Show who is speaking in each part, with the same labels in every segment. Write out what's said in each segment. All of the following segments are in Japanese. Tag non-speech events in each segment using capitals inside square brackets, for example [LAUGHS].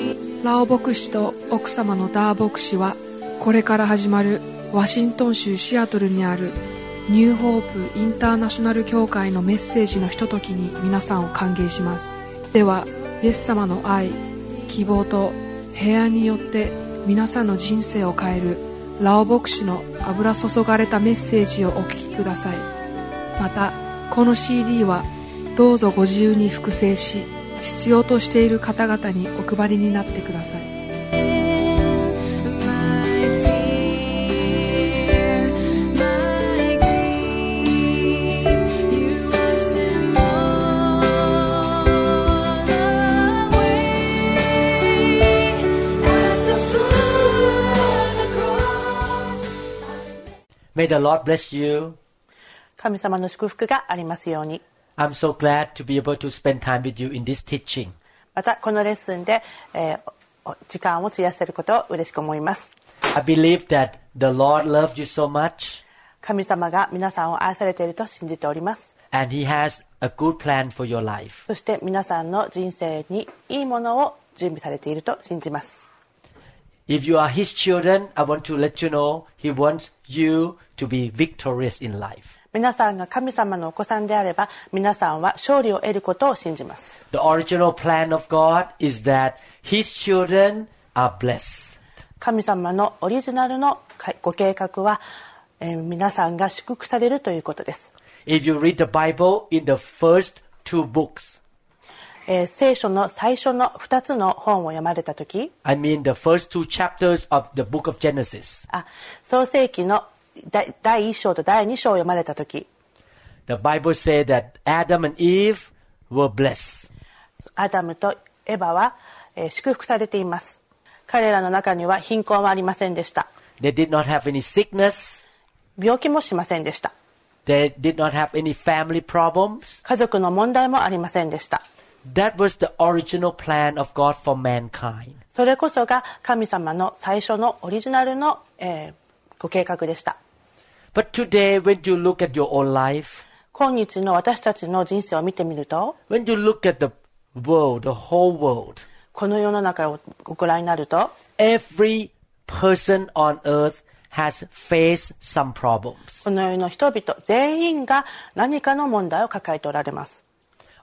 Speaker 1: ー牧師と奥様のダー牧師はこれから始まるワシントン州シアトルにあるニューホープインターナショナル教会のメッセージのひとときに皆さんを歓迎しますではイエス様の愛希望と平安によって皆さんの人生を変えるラオ牧師の油注がれたメッセージをお聞きくださいまたこの CD はどうぞご自由に複製し必要としている方々にお配りになってください
Speaker 2: May the Lord bless you.
Speaker 3: 神様の祝福がありますように
Speaker 2: I'm so glad to be able to spend time with you in this teaching.
Speaker 3: またこのレッスンで、えーお時間を費やせることを嬉しく思います
Speaker 2: I believe that the Lord loved you so much
Speaker 3: 神様が皆さんを愛されていると信じております
Speaker 2: and He has a good plan for your life.
Speaker 3: そして皆さんの人生にいいものを準備されていると信じます
Speaker 2: If you are His children, I want to let you know He wants you to be victorious in life.
Speaker 3: 皆さんが神様のお子さんであれば皆さんは勝利を得ることを信じます
Speaker 2: The original plan of God is that His children are blessed.
Speaker 3: 神様のオリジナルのご計画は、えー皆さんが祝福されるということです、
Speaker 2: If you read the Bible in the first two books,
Speaker 3: えー聖書の最初の2つの本を読まれた時
Speaker 2: I mean the first two chapters of the book of Genesis,
Speaker 3: あ創世記の第1章と第2章を読まれた時
Speaker 2: the Bible says that Adam and Eve were blessed.
Speaker 3: アダムとエヴァは、えー祝福されています彼らの中には貧困はありませんでした
Speaker 2: They did not have any sickness.
Speaker 3: 病気もしませんでした
Speaker 2: They did not have any family problems.
Speaker 3: 家族の問題もありませんでした
Speaker 2: That was the original plan of God for mankind.
Speaker 3: それこそが神様の最初のオリジナルの、えーご計画でした
Speaker 2: But today, when you look at your own life,
Speaker 3: 今日の私たちの人生を見てみると
Speaker 2: when you look at the world, the whole world,
Speaker 3: この世の中をご覧になると
Speaker 2: every person on earth has faced some problems.
Speaker 3: この世の人々全員が何かの問題を抱えておられます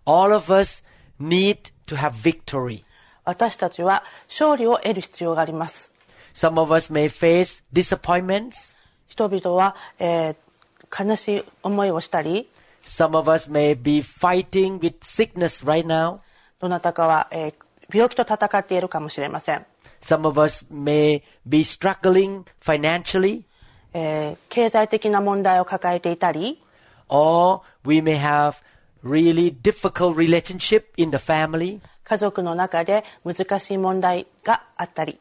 Speaker 2: All of us need to have victory.
Speaker 3: 私たちは勝利を得る必要があります
Speaker 2: Some of us may face disappointments.
Speaker 3: 人々は、えー悲しい思いをしたり
Speaker 2: Some of us may be fighting with sickness right now.
Speaker 3: どなたかは、えー病気と戦っているかもしれません、
Speaker 2: Some of us may be struggling financially,
Speaker 3: えー経済的な問題を抱えていたり
Speaker 2: or we may have really difficult relationship in the family.
Speaker 3: 家族の中で難しい問題があったり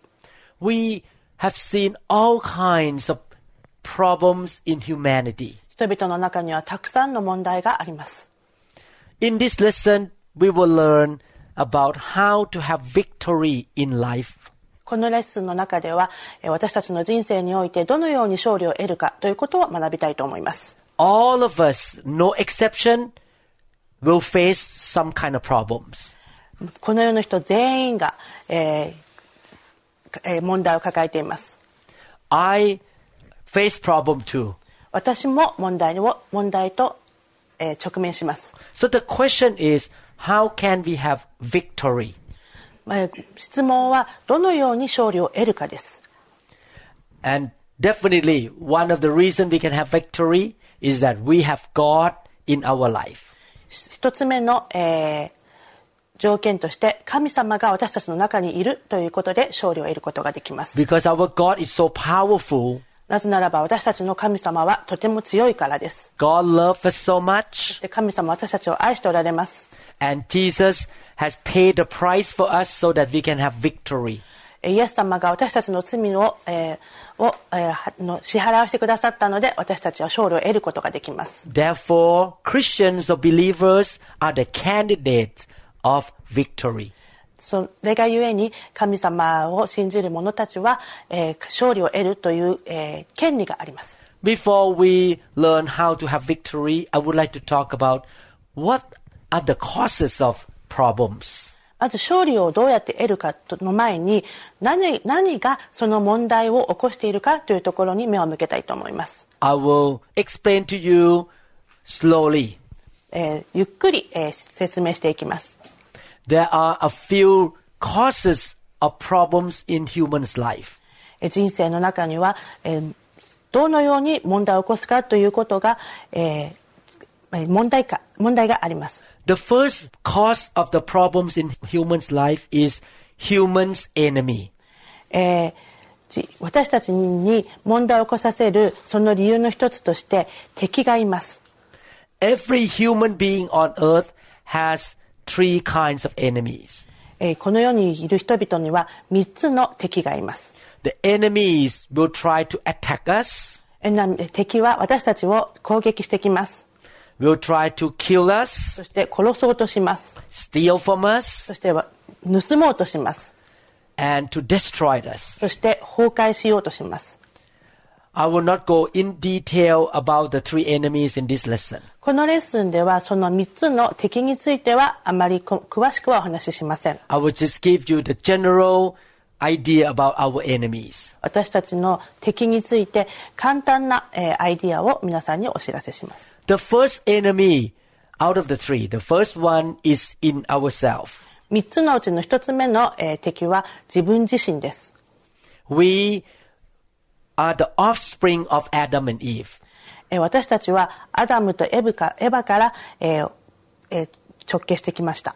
Speaker 2: We have seen all kinds of problems in humanity.
Speaker 3: 人々の中にはたくさんの問題があります
Speaker 2: In this lesson, we will learn about how to have victory in life.
Speaker 3: このレッスンの中ではえー私たちの人生においてどのように勝利を得るかということを学びたいと思います
Speaker 2: All of us, no exception, will face some kind of problems.
Speaker 3: この世の人全員が、えーかえー問題を抱えています
Speaker 2: I face problem too.
Speaker 3: 私も問題を問題と、えー直面します、
Speaker 2: So the question is, how can we have victory?
Speaker 3: えー質問はどのように勝利を得るかです
Speaker 2: And definitely, one of the reasons we can have victory is that we have God in our life.
Speaker 3: し一つ目の、えー条件として神様が私たちの中にいるということで勝利を得ることができます
Speaker 2: Because our God is so powerful,
Speaker 3: なぜならば私たちの神様はとても強いからです
Speaker 2: God loved us so much,
Speaker 3: で神様は私たちを愛しておられます
Speaker 2: and Jesus has paid the price for us so that we can have victory.
Speaker 3: えーイエス様が私たちの罪を,、えーをえーはの支払わしてくださったので私たちは勝利を得ることができます
Speaker 2: Therefore, Christians or believers are the candidates of victory.
Speaker 3: それがゆえに神様を信じる者たちは、えー勝利を得るという、えー権利があります
Speaker 2: Before we learn how to have victory, I would like to talk about what are the causes of problems.
Speaker 3: まず勝利をどうやって得るかとの前に何何がその問題を起こしているかというところに目を向けたいと思います、
Speaker 2: I will explain to you slowly.
Speaker 3: えーゆっくり、えー説明していきます
Speaker 2: There are a few causes of problems in humans' life.
Speaker 3: えー人生の中には、えーどのように問題を起こすかということが、えー問題か問題があります
Speaker 2: The first cause of the problems in humans' life is humans' enemy.
Speaker 3: えーじ私たちに問題を起こさせるその理由の一つとして敵がいます
Speaker 2: Every human being on earth has three kinds of enemies.
Speaker 3: えーこの世にいる人々には3つの敵がいます。
Speaker 2: The enemies will try to attack us,
Speaker 3: えーなえー敵は私たちを攻撃してきます。
Speaker 2: will try to kill us,
Speaker 3: そして殺そうとします。
Speaker 2: steal from us,
Speaker 3: そしては盗もうとします。
Speaker 2: and to destroy us.
Speaker 3: そして崩壊しようとします。
Speaker 2: I will not go in detail about the three enemies in this lesson.
Speaker 3: このレッスンではその3つの敵についてはあまりこ詳しくはお話ししません。
Speaker 2: I will just give you the general idea about our enemies.
Speaker 3: 私たちの敵について簡単な、えーアイディアを皆さんにお知らせします。
Speaker 2: The first enemy out of the three, the first one is in ourselves.
Speaker 3: 3つのうちの1つ目の、えー敵は自分自身です。
Speaker 2: We are the offspring of Adam and Eve.
Speaker 3: えー私たちはアダムとエブかエバから、えーえー直結してきました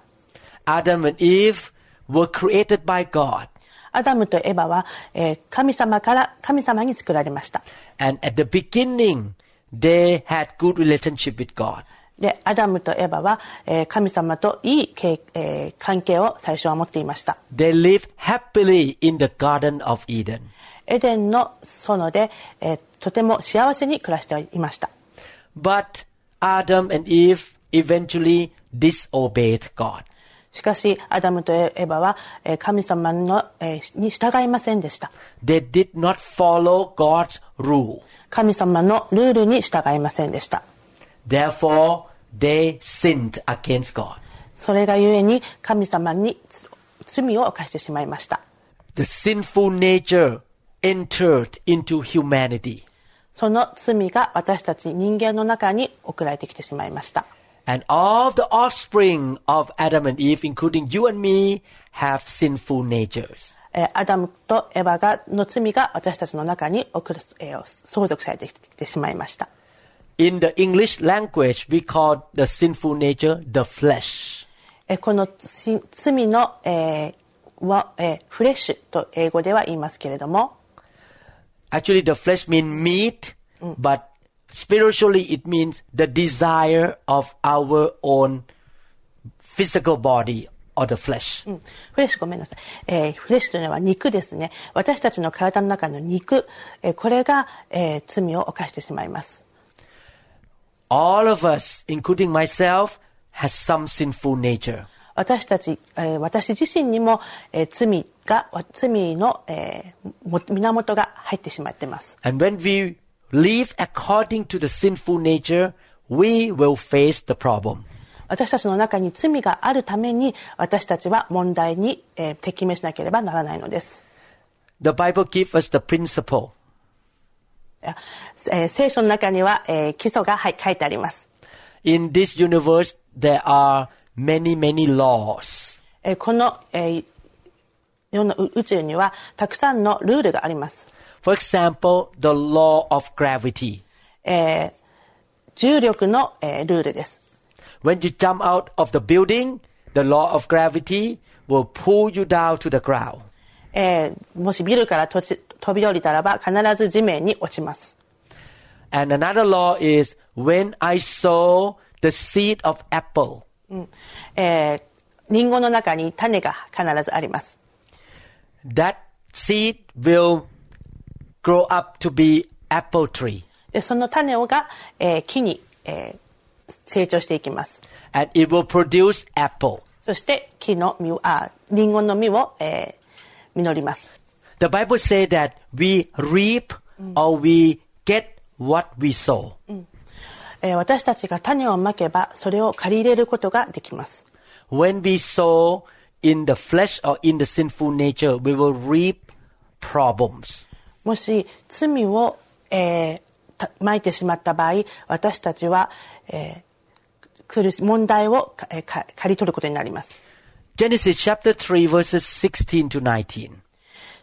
Speaker 2: Adam and Eve were created by God.
Speaker 3: アダムとエバは、えー神様から神様に作られました
Speaker 2: And at the beginning, they had good relationship with God.
Speaker 3: でアダムとエバは、えー神様といいけい、えー関係を最初は持っていました
Speaker 2: They lived happily in the Garden of Eden.
Speaker 3: エデンの園で、えーとても幸せに暮らしていました
Speaker 2: But Adam and Eve eventually disobeyed God.
Speaker 3: しかしアダムとエバは、えー神様の、えーに従いませんでした
Speaker 2: They did not follow God's rule.
Speaker 3: 神様のルールに従いませんでした
Speaker 2: Therefore, they sinned against God.
Speaker 3: それがゆえに神様につ罪を犯してしまいました
Speaker 2: The sinful nature entered into humanity.
Speaker 3: その罪が私たち人間の中に送られてきてしまいました
Speaker 2: And all the offspring of Adam and Eve, including you and me, have sinful natures.
Speaker 3: えーアダムとエバがの罪が私たちの中に送る、えー相続されてきてしまいました
Speaker 2: In the English language, we call the sinful nature the flesh.
Speaker 3: えーこのし罪の、えーはえーフレッシュと英語では言いますけれども
Speaker 2: Actually, the flesh means meat, but spiritually it means the desire of our own physical body or the flesh.
Speaker 3: Mm. フレッシュごめんなさい、えーフレッシュというのは肉ですね私たちの体の中の肉、えーこれが、えー罪を犯してしまいます
Speaker 2: All of us, including myself, has some sinful nature.
Speaker 3: 私たち、えー私自身にも、えー罪がわ罪の、えーも源が入ってしまっています、
Speaker 2: And when we live according to the sinful nature, we will face the problem.
Speaker 3: 私たちの中に罪があるために私たちは問題に、えー、適めしなければならないのです、
Speaker 2: The Bible gives us the principle.
Speaker 3: えー聖書の中には、えー基礎が、はい、書いてあります、
Speaker 2: In this universe, there are many, many laws.
Speaker 3: えーこの、えー世の宇宇宙にはたくさんのルールがあります、
Speaker 2: For example, the law of gravity.
Speaker 3: えー重力の、えールールです
Speaker 2: When you jump out of the building, the law of gravity will pull you down to the ground.
Speaker 3: えーもしビルからとち飛び降りたらば必ず地面に落ちます、
Speaker 2: And another law is when I sow the seed of apple,
Speaker 3: えー、リンゴの中に種が必ずあります、
Speaker 2: that seed will grow up to be apple tree.
Speaker 3: でその種をが、えー木に、えー成長していきます。
Speaker 2: and it will produce apple.
Speaker 3: そして木の実をあリンゴの実を、えー実ります。
Speaker 2: The Bible says that we reap or we get what we sow.
Speaker 3: えー私たちが種をまけばそれを借り入れることができます。
Speaker 2: When we sow in the flesh or in the sinful nature, we will reap problems.
Speaker 3: もし罪を、えーたまいてしまった場合私たちは、えー苦し問題をかえーか刈り取ることになります
Speaker 2: Genesis chapter 3 verses 16 to 19.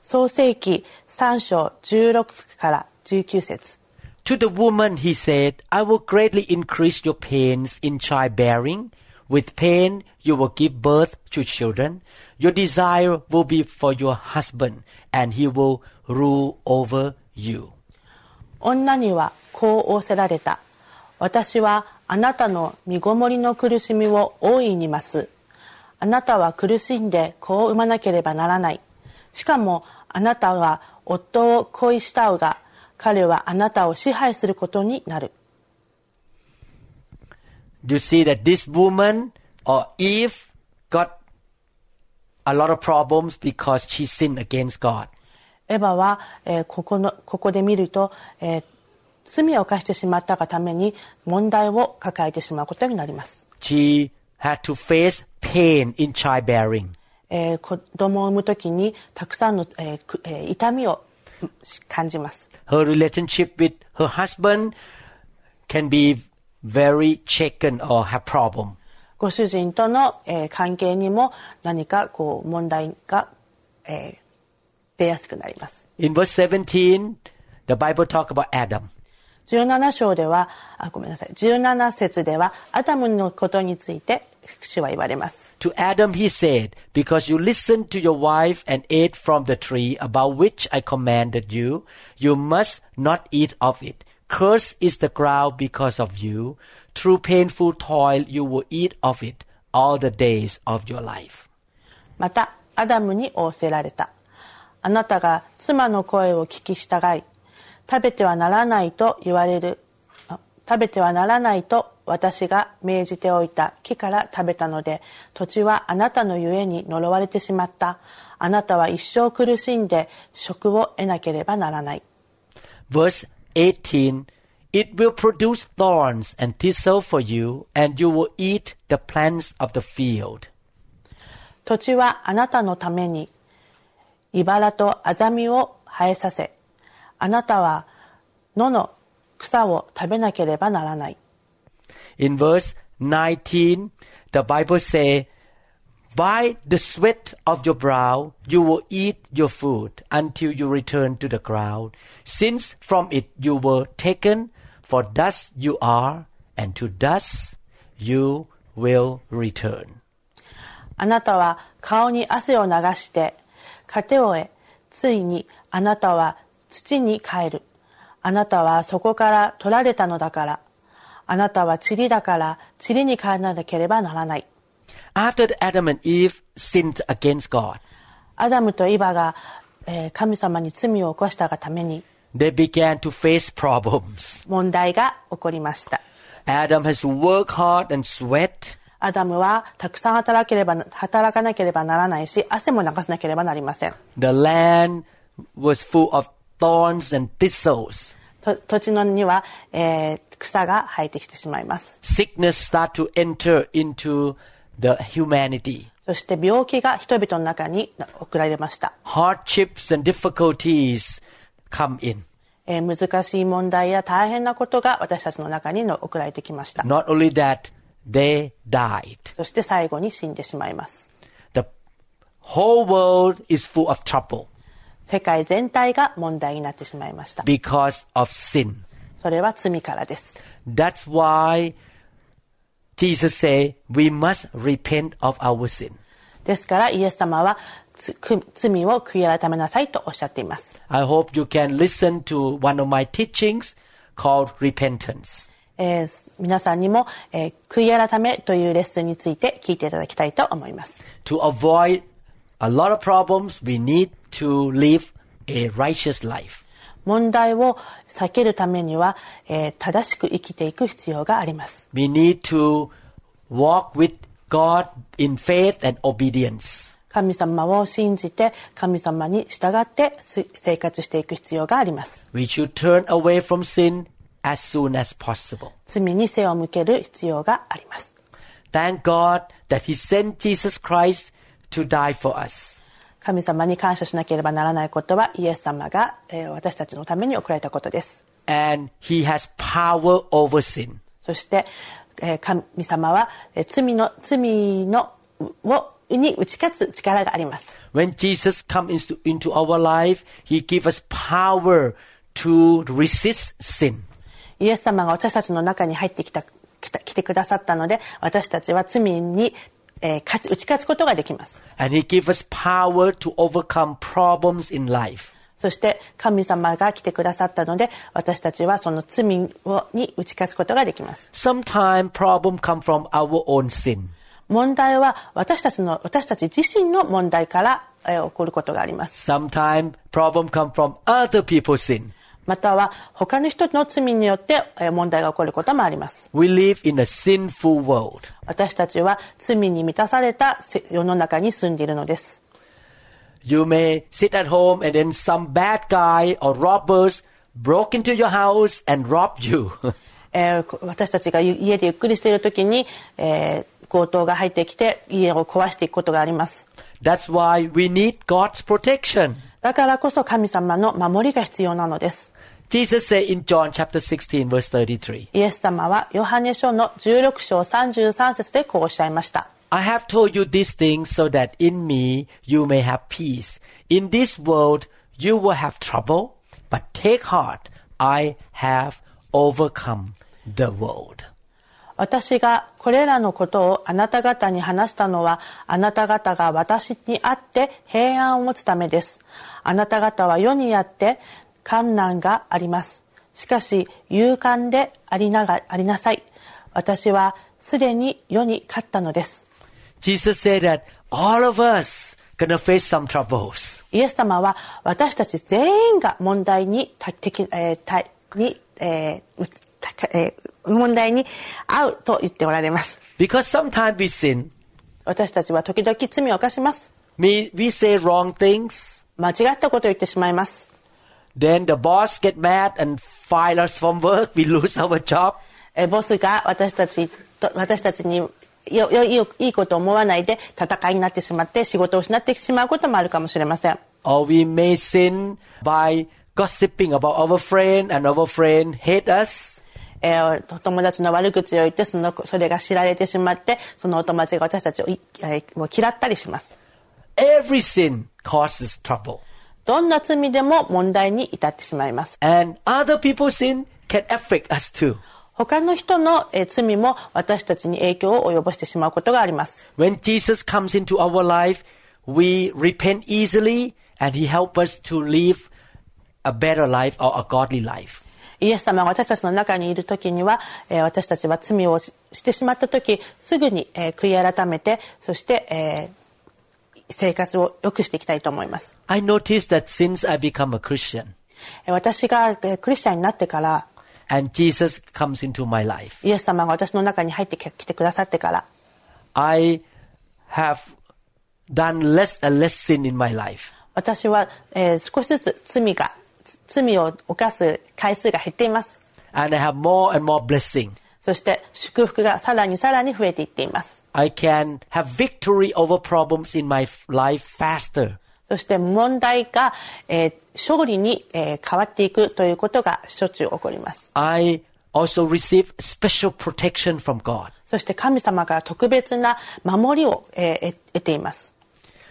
Speaker 3: 創世記3章16から19節
Speaker 2: To the woman he said, I will greatly increase your pains in childbearing. With pain you will give birth to children. Your desire will be for your husband, and he will rule over you.
Speaker 3: 女にはこう仰せられた私はあなたの身ごもりの苦しみを大いに増すあなたは苦しんで子を産まなければならないしかもあなたは夫を恋したうが彼はあなたを支配することになる
Speaker 2: Do you see that this woman or Eve got a lot of problems because she sinned against God?
Speaker 3: エヴァは、えーここのここで見ると、えー罪を犯してしまったがために問題を抱えてしまうことになります、
Speaker 2: She had to face pain in childbearing.
Speaker 3: えー子供を産む時にたくさんの、えーくえー痛みをう感じます
Speaker 2: her relationship with her husband can be very shaken or have problem.
Speaker 3: ご主人との、えー関係にも何かこう問題が、えー出やすくなります
Speaker 2: In verse 17, the Bible talk about Adam.
Speaker 3: 17章ではあごめんなさい17節ではアダムのことについて主は言われます
Speaker 2: To Adam he said, Because you listened to your wife and ate from the tree about which I commanded you, you must not eat of it. Cursed is the ground because of you. Through painful toil you will eat of it all the days of your life.
Speaker 3: またアダムに仰せられたあなたが妻の声を聞き従い食べてはならないと言われるあ食べてはならないと私が命じておいた木から食べたので土地はあなたのゆえに呪われてしまったあなたは一生苦しんで職を得なければならない
Speaker 2: verse 18 it will produce thorns and thistle for you and you will eat the plants of the field
Speaker 3: 土地はあなたのために茨とアザミを生えさせあなたは野の草を食べなければならない
Speaker 2: in verse 19 the bible say by the sweat of your brow you will eat your food until you return to the ground since from it you were taken for dust you are and to dust you will return
Speaker 3: あなたは顔に汗を流して糧を得ついにあなたは土に帰るあなたはそこから取られたのだからあなたは塵だから塵に帰らなければならない
Speaker 2: after adam and eve sinned against god
Speaker 3: アダムとイバが、えー神様に罪を起こしたがために
Speaker 2: they began to face problems.
Speaker 3: 問題が起こりました
Speaker 2: Adam has to work hard and sweat.
Speaker 3: アダムはたくさん働ければな働かなければならないし汗も流さなければなりません
Speaker 2: The land was full of thorns and thistles.
Speaker 3: と土地のには、えー草が生えてきてしまいます
Speaker 2: Sickness start to enter into the humanity.
Speaker 3: そして病気が人々の中に送られました、
Speaker 2: Hardships and difficulties come in.
Speaker 3: えー難しい問題や大変なことが私たちの中にの送られてきました
Speaker 2: Not only that, they died.
Speaker 3: そして最後に死んでしまいます
Speaker 2: The whole world is full of trouble
Speaker 3: 世界全体が問題になってしまいました
Speaker 2: because of sin.
Speaker 3: それは罪からです
Speaker 2: That's why Jesus said we must repent of our sin.
Speaker 3: ですからイエス様はつく罪を悔い改めなさいとおっしゃっています
Speaker 2: I hope you can listen to one of my teachings called repentance.
Speaker 3: えー皆さんにも、えー悔い改めというレッスンについて聞いていただきたいと思います
Speaker 2: To avoid a lot of problems, we need to live a righteous life.
Speaker 3: 問題を避けるためには、えー正しく生きていく必要があります
Speaker 2: We need to walk with God in faith and obedience.
Speaker 3: 神様を信じて神様に従ってす生活していく必要があります
Speaker 2: We should turn away from sin as soon as possible.
Speaker 3: 罪に背を向ける必要があります
Speaker 2: Thank God that He sent Jesus Christ to die for us.
Speaker 3: 神様に感謝しなければならないことはイエス様が、えー私たちのために送られたことです
Speaker 2: And he has power over sin.
Speaker 3: そして、えー神様は、えー罪の罪のをに打ち勝つ力があります
Speaker 2: When Jesus comes into, into our life, he gives us power to resist sin.
Speaker 3: イエス様が私たちの中に入ってきた来た来てくださったので私たちは罪に、えー勝ち打ち勝つことができます
Speaker 2: And he gives us power to overcome problems in life.
Speaker 3: そして神様が来てくださったので私たちはその罪をに打ち勝つことができます
Speaker 2: Sometimes problems come from our own sin.
Speaker 3: 問題は私たちの私たち自身の問題から、えー起こることがあります
Speaker 2: Sometimes problems come from other people's sin.
Speaker 3: または他の人の罪によってえー問題が起こることもあります
Speaker 2: We live in a sinful world.
Speaker 3: 私たちは罪に満たされたせ世の中に住んでいるのです
Speaker 2: You may sit at home and then some bad guy or robbers broke into your house and robbed you. [LAUGHS]
Speaker 3: えーこ私たちがゆ家でゆっくりしている時に、えー強盗が入ってきて家を壊していくことがあります
Speaker 2: That's why we need God's protection.
Speaker 3: だからこそ神様の守りが必要なのです
Speaker 2: Jesus said in John chapter 16 verse 33,
Speaker 3: イエス様はヨハネ書の16章33節でこうおっしゃいました
Speaker 2: I have told you these things so that in me you may have peace. In this world you will have trouble, but take heart, I have overcome the world.
Speaker 3: 私がこれらのことをあなた方に話したのはあなた方が私にあって平安を持つためですあなた方は世にあって困難がありますしかし勇敢でありながありなさい私はすでに世に勝ったのです
Speaker 2: Jesus said that all of us gonna face some troubles.
Speaker 3: イエス様は私たち全員が問題にたてき、えーたに、えーうたかえー問題に合うと言っておられます
Speaker 2: Because sometimes we sin,
Speaker 3: 私たちは時々罪を犯します
Speaker 2: we, we say wrong things,
Speaker 3: 間違ったことを言ってしまいます
Speaker 2: then the boss get mad and fire us from work, we [LAUGHS] lose our job.
Speaker 3: えーボスが私たちと私たちによよいいいいことを思わないで戦いになってしまって仕事を失ってしまうこともあるかもしれません
Speaker 2: Or we may sin by gossiping about our friend and our friend hate us.
Speaker 3: えーお友達の悪口を言ってそのそれが知られてしまってそのお友達が私たちをいえーもう嫌ったりします
Speaker 2: Every sin causes trouble.
Speaker 3: どんな罪でも問題に至ってしまいます
Speaker 2: And other people's sin can affect us too.
Speaker 3: 他の人のえー罪も私たちに影響を及ぼしてしまうことがあります
Speaker 2: When Jesus comes into our life, we repent easily and he helps us to live a better life or a godly life.
Speaker 3: イエス様が私たちの中にいる時には、えー私たちは罪をししてしまった時すぐに、えー悔い改めてそして、えー生活を良くしていきたいと思います、
Speaker 2: I noticed that since I become a Christian
Speaker 3: えー私が、えークリスチャンになってから
Speaker 2: and Jesus comes into my life,
Speaker 3: イエス様が私の中に入ってききてくださってから
Speaker 2: I have done less and less sin in my life.
Speaker 3: 私は、えー少しずつ罪がつ罪を犯す回数が減っています
Speaker 2: and I have more and more blessing.
Speaker 3: そして祝福がさらにさらに増えていっています
Speaker 2: I can have victory over problems in my f- life faster.
Speaker 3: そして問題が、えー勝利に、えー変わっていくということがしょっちゅう起こります
Speaker 2: I also receive special protection from God.
Speaker 3: そして神様から特別な守りを、えーえ得ています。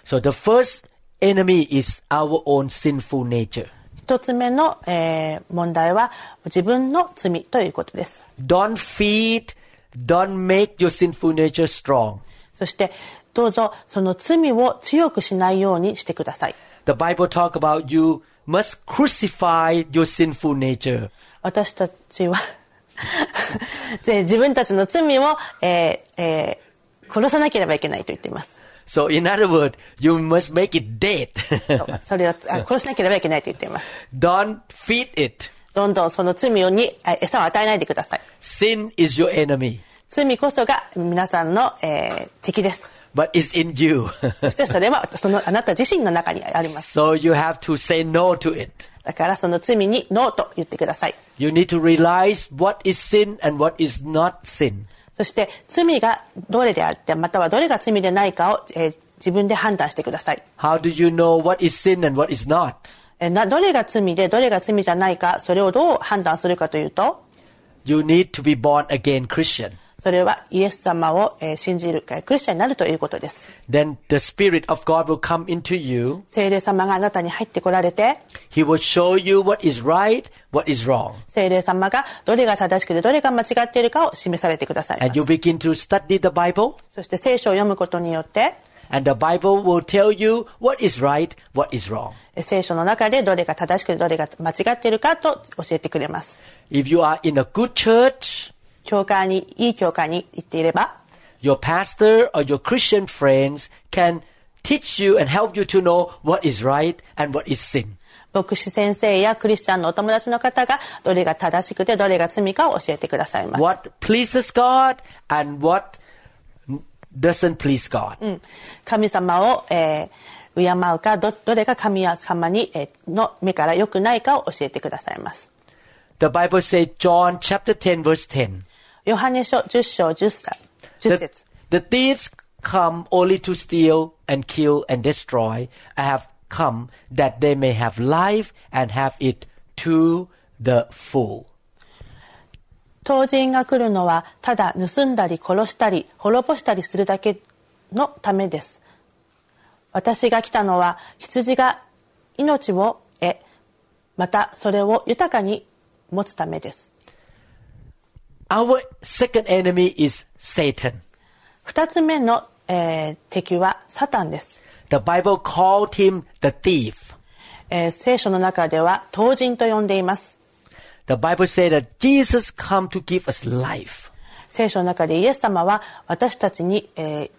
Speaker 2: So the first enemy is our own sinful nature.
Speaker 3: 一つ目の、えー問題は自分の罪ということです。
Speaker 2: Don't feed, don't make your sinful nature strong.
Speaker 3: そしてどうぞその罪を強くしないようにしてください。
Speaker 2: The Bible talk about you must crucify your sinful nature.
Speaker 3: 私たちは [LAUGHS] ぜ自分たちの罪を、えーえー殺さなければいけないと言っています。
Speaker 2: So in other words, you must make it dead. [LAUGHS]
Speaker 3: それをあ殺しなければいけないと言っています。
Speaker 2: don't feed it.
Speaker 3: どんどんその罪にあ餌を与えないでください。
Speaker 2: Sin is your enemy.
Speaker 3: 罪こそが皆さんの、えー敵です。
Speaker 2: but it's in you. [LAUGHS]
Speaker 3: そしてそれはそのあなた自身の中にあります。
Speaker 2: so you have to say no to it.
Speaker 3: だからその罪にノーと言ってください。
Speaker 2: You need to realize what is sin and what is not sin.
Speaker 3: そして罪がどれであってまたはどれが罪でないかを、えー自分で判断してください
Speaker 2: How do you know what is sin and what is not?
Speaker 3: えなどれが罪でどれが罪じゃないかそれをどう判断するかというと
Speaker 2: You need to be born again Christian.
Speaker 3: それはイエス様をえー信じるえークリスチャンになるということです
Speaker 2: Then the Spirit of God will come into you.
Speaker 3: 聖霊様があなたに入ってこられて
Speaker 2: He will show you what is right, what is wrong.
Speaker 3: 聖霊様がどれが正しくてどれが間違っているかを示されてくださいま
Speaker 2: And you
Speaker 3: す
Speaker 2: begin to study the Bible.
Speaker 3: そして聖書を読むことによって
Speaker 2: And the Bible will tell you what is right, what is wrong.
Speaker 3: え聖書の中でどれが正しくてどれが間違っているかと教えてくれます
Speaker 2: If you are in a good church,
Speaker 3: 教会にいい教会に行っていれば
Speaker 2: your pastor or your Christian friends can teach you and help you to know what is right and what is sin.
Speaker 3: 牧師先生やクリスチャンのお友達の方がどれが正しくてどれが罪かを教えてくださいます、
Speaker 2: What pleases God and what doesn't please God.
Speaker 3: うん神様を、えー敬うかどどれが神様に、えーの目から良くないかを教えてくださいます
Speaker 2: The Bible says, John chapter 10, verse 10.
Speaker 3: ヨハネ書10章10節
Speaker 2: The,
Speaker 3: ,10 節
Speaker 2: the thieves come only to steal and kill and destroy. I have come that they may have life and have it to the full.
Speaker 3: 当人が来るのはただ盗んだり殺したり滅ぼしたりするだけのためです私が来たのは羊が命を得またそれを豊かに持つためです
Speaker 2: Our second enemy is Satan.
Speaker 3: 二つ目の、えー敵はサタンです、
Speaker 2: The Bible called him the thief.
Speaker 3: えー聖書の中では当人と呼んでいます
Speaker 2: The Bible says that Jesus come to give us life.
Speaker 3: 聖書の中でイエス様は私たちに、えー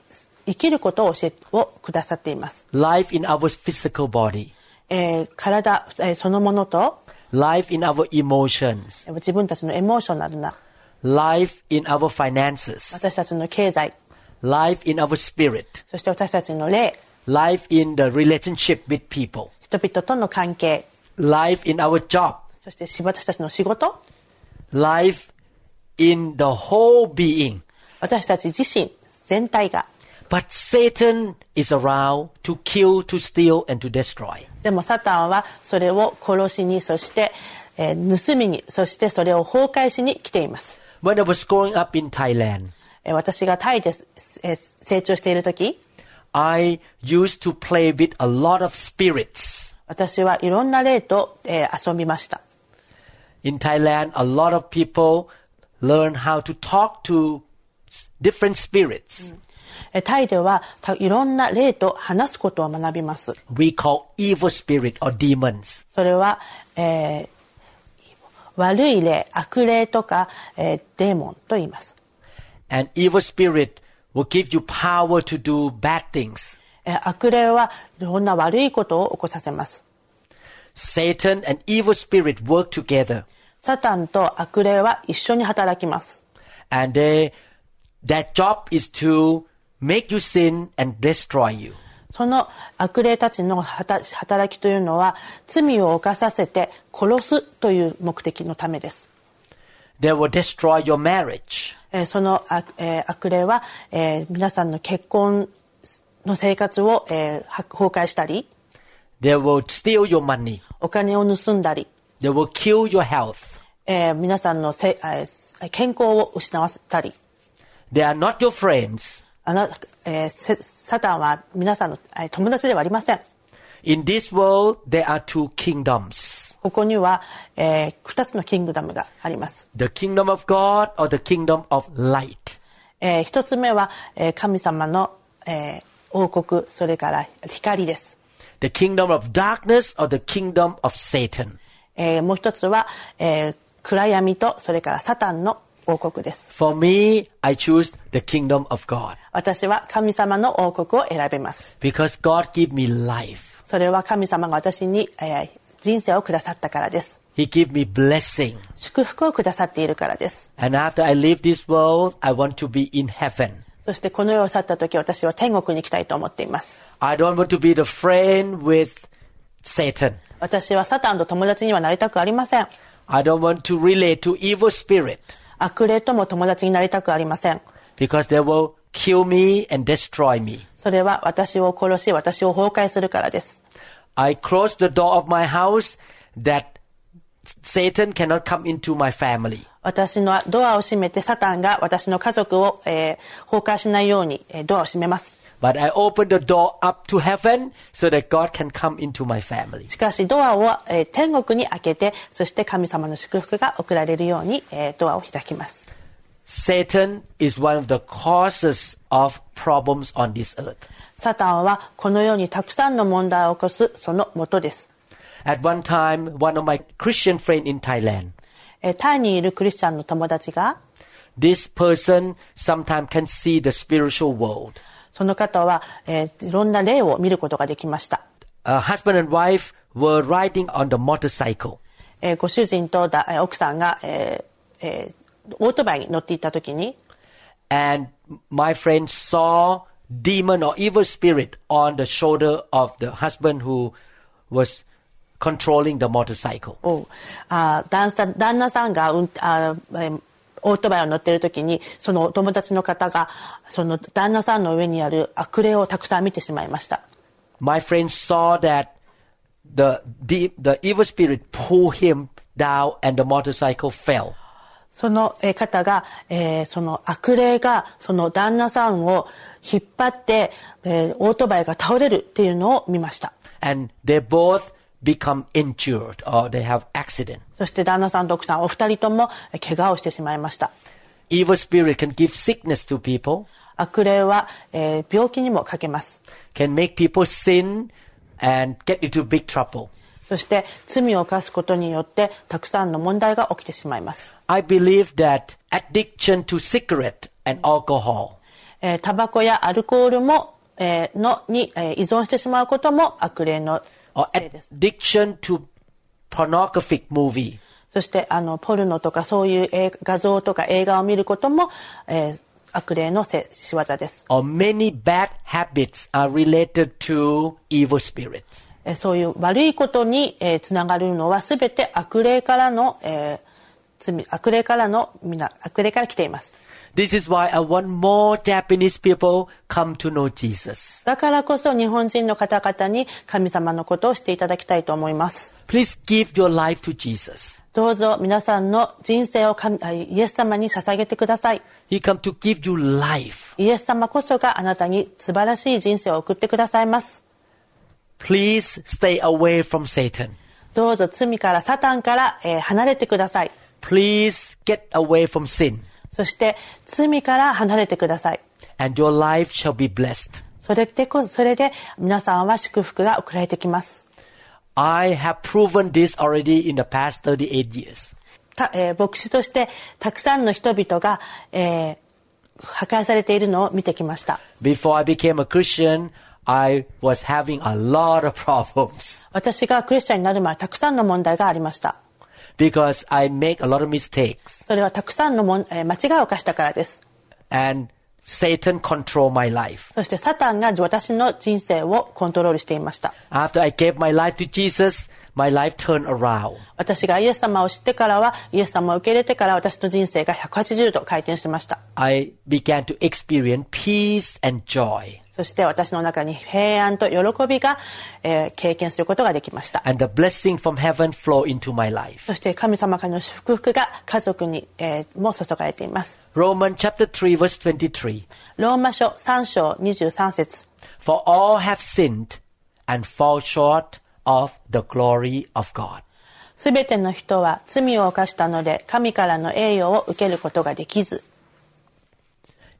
Speaker 3: 生きることを教えをくださっています、
Speaker 2: Life in our physical body.
Speaker 3: えー体、えーそのものと
Speaker 2: Life in our emotions.
Speaker 3: 自分たちのエモーショナルな
Speaker 2: Life in our finances.
Speaker 3: 私たちの経済
Speaker 2: Life in our spirit.
Speaker 3: そして私たちの霊
Speaker 2: Life in the relationship with people.
Speaker 3: 人々との関係
Speaker 2: Life in our job.
Speaker 3: そしてし私たちの仕事
Speaker 2: Life in the whole being.
Speaker 3: 私たち自身全体が
Speaker 2: But Satan is around to kill, to steal, and to destroy.
Speaker 3: でもサタンはそれを殺しにそして、えー盗みにそしてそれを崩壊しに来ています、
Speaker 2: When I was growing up in Thailand,
Speaker 3: えー私がタイです、えー成長している時
Speaker 2: I used to play with a lot of spirits.
Speaker 3: 私はいろんな霊と、えー遊びました
Speaker 2: In Thailand, a lot of people learn how to talk to s- different spirits.
Speaker 3: えータイではたいろんな霊と話すことを学びます
Speaker 2: We call evil spirit or demons.
Speaker 3: それは、えー悪い霊悪霊とか、えーデーモンと言います
Speaker 2: And evil spirit will give you power to do bad things.
Speaker 3: えー悪霊はいろんな悪いことを起こさせます
Speaker 2: Satan and evil spirit work together
Speaker 3: サタンと悪霊は一緒に働きます
Speaker 2: and they, their job is to make you sin and destroy you.
Speaker 3: その悪霊たちの働働きというのは罪を犯させて殺すという目的のためです、
Speaker 2: They will destroy your marriage.
Speaker 3: えーその悪,あ、えー悪霊は、えー皆さんの結婚の生活を、えーは崩壊したり
Speaker 2: They will steal your money.
Speaker 3: お金を盗んだり、
Speaker 2: They will kill your health.
Speaker 3: えー皆さんのせ、えー健康を失わせたり
Speaker 2: They are not your friends.
Speaker 3: あな、えーせサタンは皆さんの、えー友達ではありません
Speaker 2: In this world, there are two kingdoms
Speaker 3: ここには、えー、2つのキングダムがあります、
Speaker 2: the kingdom of God or the kingdom of light.
Speaker 3: え1つ目は、えー神様の、えー王国それから光です、
Speaker 2: The kingdom of darkness or the kingdom of Satan.
Speaker 3: えーもう1つは、えー暗闇とそれからサタンの王国です
Speaker 2: For me, I choose the kingdom of God
Speaker 3: 私は神様の王国を選べます
Speaker 2: because God gave me life.
Speaker 3: それは神様が私に、えー人生をくださったからです
Speaker 2: He gave me blessing.
Speaker 3: 祝福をくださっているからです
Speaker 2: And after I leave this world, I want to be in heaven.
Speaker 3: そしてこの世を去った時私は天国に行きたいと思っています
Speaker 2: I don't want to be the friend with Satan.
Speaker 3: 私はサタンと友達にはなりたくありません
Speaker 2: I don't want to relate to evil spirit
Speaker 3: 悪霊とも友達になりたくありません。
Speaker 2: because they will kill me and destroy me.
Speaker 3: それは私を殺し、私を崩壊するからです。
Speaker 2: I close the door of my house that Satan cannot come into my family.
Speaker 3: 私のドアを閉めてサタンが私の家族を、えー崩壊しないように、えードアを閉めます。
Speaker 2: But I open the door up to heaven so that God can come into my family.
Speaker 3: しかしドアを、えー天国に開けて、そして神様の祝福が送られるように、えードアを開きます。
Speaker 2: Satan is one of the causes of problems on this earth.
Speaker 3: サタンはこのようにたくさんの問題を起こすその元です。
Speaker 2: At one time, one of my Christian friends in Thailand,
Speaker 3: えータイにいるクリスチャンの友達が、
Speaker 2: this person sometimes can see the spiritual world.
Speaker 3: その方は、えーいろんな霊を見ることができました。
Speaker 2: A husband and wife were riding on the motorcycle.
Speaker 3: えーご主人とだえー奥さんが、えーえーオートバイに乗っていた時に、
Speaker 2: and my friend saw demon or evil spirit on the shoulder of the husband who was controlling the motorcycle
Speaker 3: おうあー旦さん旦那さんがうんあーえーオートバイを乗ってる時にそのお友達の方がその旦那さんの上にある悪霊をたくさん見てしまいました
Speaker 2: my friend saw that the, the the evil spirit pulled him down and the motorcycle fell
Speaker 3: そのえー方が、えーその悪霊がその旦那さんを引っ張って、えーオートバイが倒れるっていうのを見ました
Speaker 2: and they both become injured or they have accident
Speaker 3: そして旦那さんと奥さんお二人ともえー怪我をしてしまいました
Speaker 2: evil spirit can give sickness to people
Speaker 3: 悪霊は、えー病気にもかけます
Speaker 2: can make people sin and get into big trouble
Speaker 3: そして罪を犯すことによってたくさんの問題が起きてしまいます、
Speaker 2: I believe that addiction to cigarette and alcohol
Speaker 3: えータバコやアルコールも、えーのに、えー依存してしまうことも悪霊の
Speaker 2: or
Speaker 3: せいです
Speaker 2: addiction to pornographic movie
Speaker 3: そしてあのポルノとかそういう映画画像とか映画を見ることも、えー悪霊のせい仕業です、
Speaker 2: or many bad habits are related to evil spirits.
Speaker 3: えーそういう悪いことに、えーつながるのは全て悪霊からの、えー罪悪霊からのみな悪霊から来ています
Speaker 2: This is why I want more Japanese people come to know Jesus.
Speaker 3: だからこそ日本人の方々に神様のことをしていただきたいと思います。
Speaker 2: Please give your life to Jesus.
Speaker 3: どうぞ皆さんの人生を神あイエス様に捧げてください。
Speaker 2: He come to give you life.
Speaker 3: イエス様こそがあなたに素晴らしい人生を送ってくださいます。
Speaker 2: Please stay away from Satan.
Speaker 3: どうぞ罪からサタンから、えー離れてください。
Speaker 2: Please get away from sin
Speaker 3: そして罪から離れてください。
Speaker 2: and your life shall be blessed.
Speaker 3: それでこそれで皆さんは祝福が送られてきます。
Speaker 2: I have proven this already in the past 38 years.
Speaker 3: たえー牧師としてたくさんの人々が、えー破壊されているのを見てきました。
Speaker 2: Before I became a Christian, I was having a lot of [LAUGHS] problems
Speaker 3: 私がクリスチャンになる前たくさんの問題がありました。
Speaker 2: because I make a lot of mistakes
Speaker 3: それはたくさんのもん、えー間違いを犯したからです。
Speaker 2: and Satan controlled my life.
Speaker 3: そしてサタンが私の人生をコントロールしていました。
Speaker 2: After I gave my life to Jesus, my life turned around.
Speaker 3: 私がイエス様を知ってからは、イエス様を受け入れてから私の人生が180度回転しました。
Speaker 2: I began to experience peace and joy.
Speaker 3: そして私の中に平安と喜びが、えー経験することができました。
Speaker 2: And the blessing from heaven flow into my life.
Speaker 3: そして神様からの祝福が家族に、えーも注がれています。
Speaker 2: Romans chapter 3 verse 23.
Speaker 3: ローマ書3章23節
Speaker 2: For all have sinned and fall short of the glory of God.
Speaker 3: すべての人は罪を犯したので神からの栄誉を受けることができず。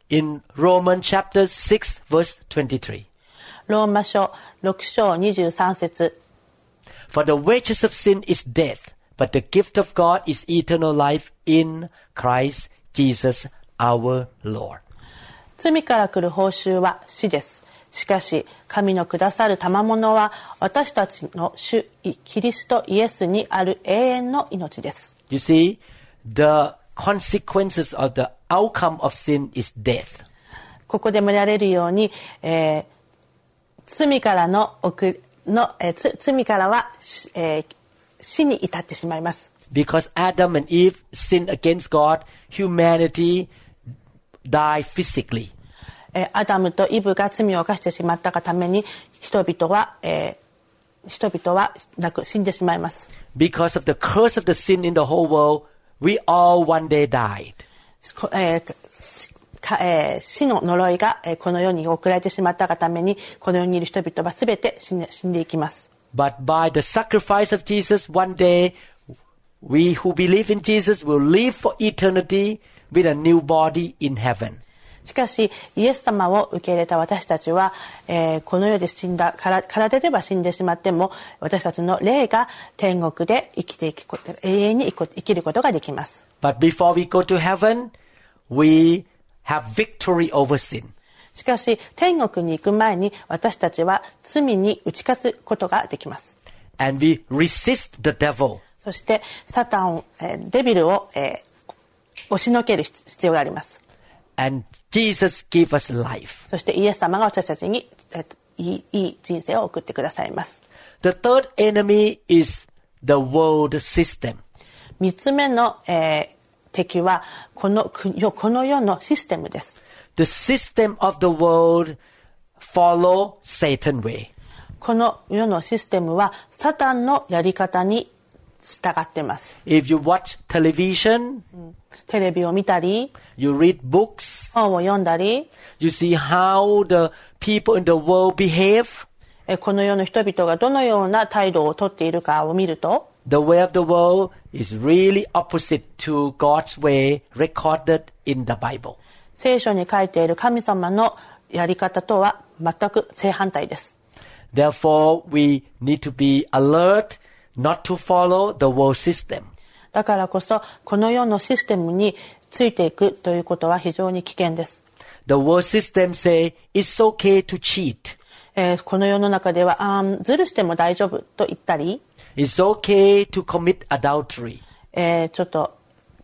Speaker 2: In Romans chapter 6 verse 23.
Speaker 3: ローマ書6章23節
Speaker 2: For the wages of sin is death, but the gift of God is eternal life in Christ Jesus our Lord.
Speaker 3: 罪から来る報酬は死です。しかし、神のくださる賜物は、私たちの主、キリストイエスにある永遠の命です。
Speaker 2: You see, the consequences or the outcome of sin is death.
Speaker 3: ここで見られるように、えー罪からの送りの、えーつ罪からは、しえー死に至ってしまいます。
Speaker 2: Because Adam and Eve sinned against God, humanity died physically.
Speaker 3: えーアダムとイブが罪を犯してしまったがために人々は、えー人々はなく死んでしまいます
Speaker 2: Because of the curse of the sin in the whole world, we all one day died.
Speaker 3: しこえーしかえー死の呪いが、えーこの世に送られてしまったがためにこの世にいる人々は全て死んで死んでいきます
Speaker 2: But by the sacrifice of Jesus, one day we who believe in Jesus will live for eternity with a new body in heaven.
Speaker 3: しかしイエス様を受け入れた私たちは、えーこの世で死んだから体では死んでしまっても私たちの霊が天国で生きていくこと永遠に生きこ生きることができます
Speaker 2: But before we go to heaven, we have victory over sin.
Speaker 3: しかし天国に行く前に私たちは罪に打ち勝つことができます
Speaker 2: And we resist the devil.
Speaker 3: そしてサタンを、えーデビルを、えー押しのける必必要があります
Speaker 2: And Jesus gave us life.
Speaker 3: そしてイエス様が私たちに、えーいいいい人生を送ってくださいます
Speaker 2: The third enemy is the world system.
Speaker 3: 3つ目の、えー敵はこの国よこの世のシステムです
Speaker 2: The system of the world follow Satan way.
Speaker 3: この世のシステムはサタンのやり方に従ってます。
Speaker 2: If you watch television,
Speaker 3: テレビを見たり、
Speaker 2: you read books,
Speaker 3: 本を読んだり、
Speaker 2: you see how the people in the world behave,
Speaker 3: えこの世の人々がどのような態度をとっているかを見ると、
Speaker 2: the way of the world is really opposite to God's way recorded in the Bible.
Speaker 3: 聖書に書いている神様のやり方とは全く正反対です。
Speaker 2: Therefore, we need to be alert not to follow the world system.
Speaker 3: だからこそ、この世のシステムについていくということは非常に危険です。
Speaker 2: The world system say it's okay to cheat.
Speaker 3: えーこの世の中では、あーずるしても大丈夫と言ったり、
Speaker 2: It's okay to commit adultery.
Speaker 3: えーちょっと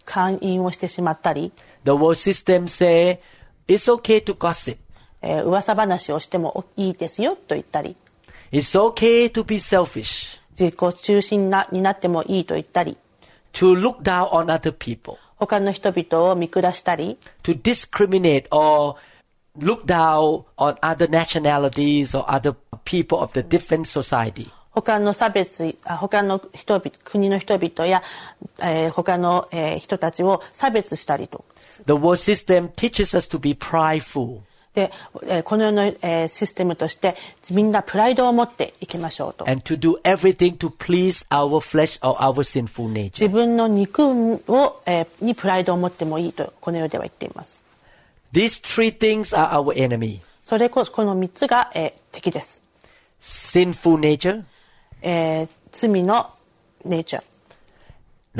Speaker 3: 勧誘をしてしまったり、
Speaker 2: The world system say it's okay to gossip.
Speaker 3: えー噂話をしてもいいですよと言ったり
Speaker 2: It's okay to be selfish,
Speaker 3: 自己中心なになってもいいと言ったり
Speaker 2: to look down on other people,
Speaker 3: 他の人々を見下したり
Speaker 2: to discriminate or look down on other nationalities or other people of the different society.
Speaker 3: 他の差別あ他の人々国の人々や、えー他の、えー人たちを差別したりと
Speaker 2: The world system teaches us to be prideful.
Speaker 3: で、えーこの世の、えーシステムとしてみんなプライドを持っていきましょうと
Speaker 2: and to do everything to please our flesh or our sinful
Speaker 3: 自
Speaker 2: nature.
Speaker 3: 分の肉を、えーにプライドを持ってもいいとこの世では言っています
Speaker 2: These three things are our enemy
Speaker 3: それこそこの3つが、えー敵です、
Speaker 2: sinful nature,
Speaker 3: えー罪のネイチャー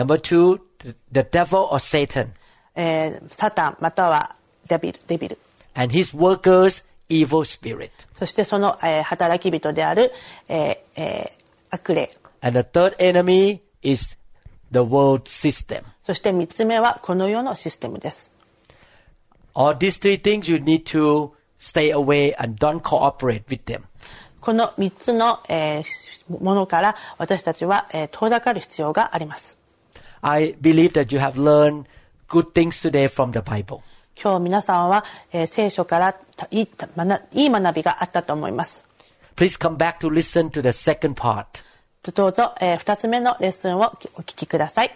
Speaker 2: number two, th- the devil or Satan,
Speaker 3: えーサタンまたはデビルデビル
Speaker 2: and his workers, evil spirit.
Speaker 3: そしてその、えー働き人である、えーえー悪霊
Speaker 2: And the third enemy is the world system.
Speaker 3: そして3つ目はこの世のシステムです
Speaker 2: All these three things you need to stay away and don't cooperate with them.
Speaker 3: この3つの、えーものから私たちは、えー遠ざかる必要があります
Speaker 2: I believe that you have learned good things today from the Bible.
Speaker 3: 今日皆さんは、えー聖書からたいいた学いい学びがあったと思います
Speaker 2: Please come back to listen to the second part.
Speaker 3: どうぞ、え2つ目のレッスンをお聞きください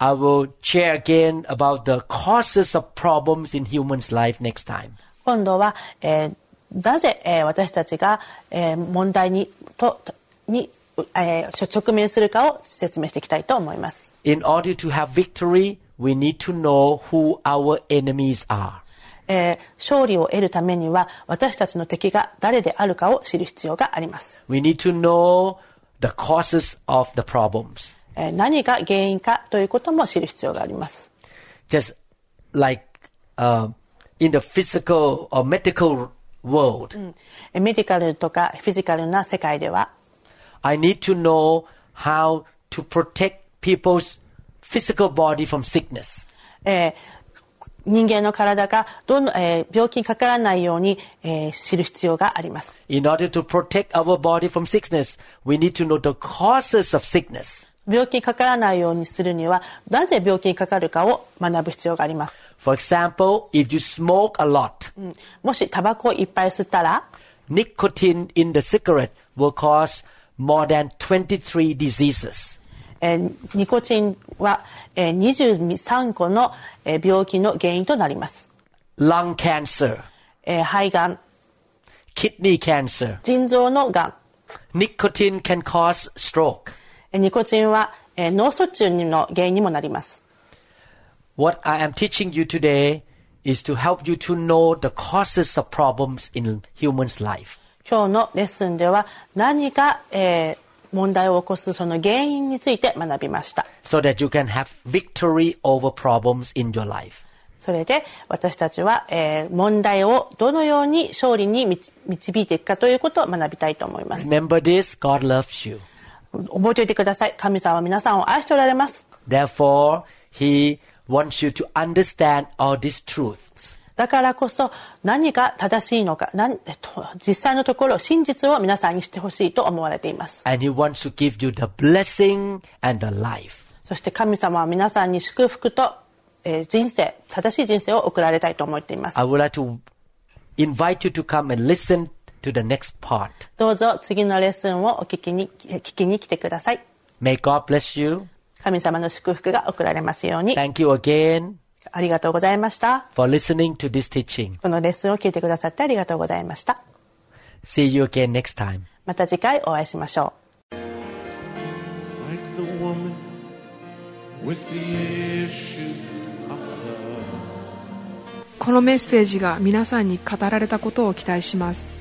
Speaker 2: I will share again about the causes of problems in humans' life next time.
Speaker 3: 今度は、えーなぜ、えー私たちが、えー問題にととに、うえー直面するかを説明していきたいと思います、
Speaker 2: In order to have victory, we need to know who our enemies are.
Speaker 3: えー勝利を得るためには私たちの敵が誰であるかを知る必要があります、
Speaker 2: We need to know the causes of the problems.
Speaker 3: えー何が原因かということも知る必要があります、
Speaker 2: Just like uh, in the physical or medical world,
Speaker 3: えーメディカルとかフィジカルな世界では
Speaker 2: I need to know how to protect people's physical body from sickness.
Speaker 3: えー人間の体がどの、えー病気にかからないように、えー知る必要があります。
Speaker 2: In order to protect our body from sickness, we need to know the causes of sickness.
Speaker 3: 病気にかからないようにするにはなぜ病気にかかるかを学ぶ必要があります
Speaker 2: For example, if you smoke a lot,
Speaker 3: うんもしタバコをいっぱい吸ったら
Speaker 2: nicotine in the cigarette will cause more than 23 diseases.
Speaker 3: えーニコチンは、えー23個の、えー病気の原因となります、
Speaker 2: Lung cancer,
Speaker 3: えー肺がん
Speaker 2: kidney cancer.
Speaker 3: 腎臓のがん
Speaker 2: Nicotine can cause stroke.
Speaker 3: えーニコチンは、えー脳卒中の原因にもなります
Speaker 2: What I am teaching you today is to help you to know the causes of problems in human's life.
Speaker 3: 今日のレッスンでは何が、えー問題を起こすその原因について学びました
Speaker 2: so that you can have victory over problems in your life.
Speaker 3: それで私たちは、えー問題をどのように勝利に導導いていくかということを学びたいと思います
Speaker 2: Remember this God loves you.
Speaker 3: 覚えておいてください神様は皆さんを愛しておられます
Speaker 2: Therefore, He wants you to understand all these truths
Speaker 3: だからこそ何が正しいのか何、えっと、実際のところ真実を皆さんにしてほしいと思われています
Speaker 2: and He wants to give you the blessing and the life.
Speaker 3: そして神様は皆さんに祝福と、えー人生正しい人生を送られたいと思っています
Speaker 2: I would like to invite you to come and listen to the next part.
Speaker 3: どうぞ次のレッスンをお聞きにえー聞きに来てください
Speaker 2: May God bless you.
Speaker 3: 神様の祝福が送られますように
Speaker 2: Thank you again
Speaker 3: ありがとうございました
Speaker 2: for listening to this teaching.
Speaker 3: このレッスンを聞いてくださってありがとうございました
Speaker 2: See you again next time.
Speaker 3: また次回お会いしましょう
Speaker 4: like the woman with the issue of blood.
Speaker 1: このメッセージが皆さんに語られたことを期待します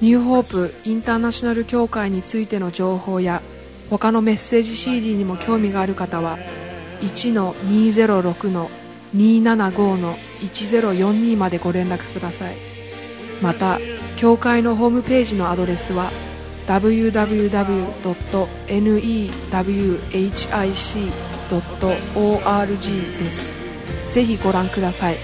Speaker 1: ニューホープインターナショナル協会についての情報や他のメッセージ CD にも興味がある方は1-206-275-1042までご連絡くださいまた協会のホームページのアドレスは www.newhic.org ですぜひご覧ください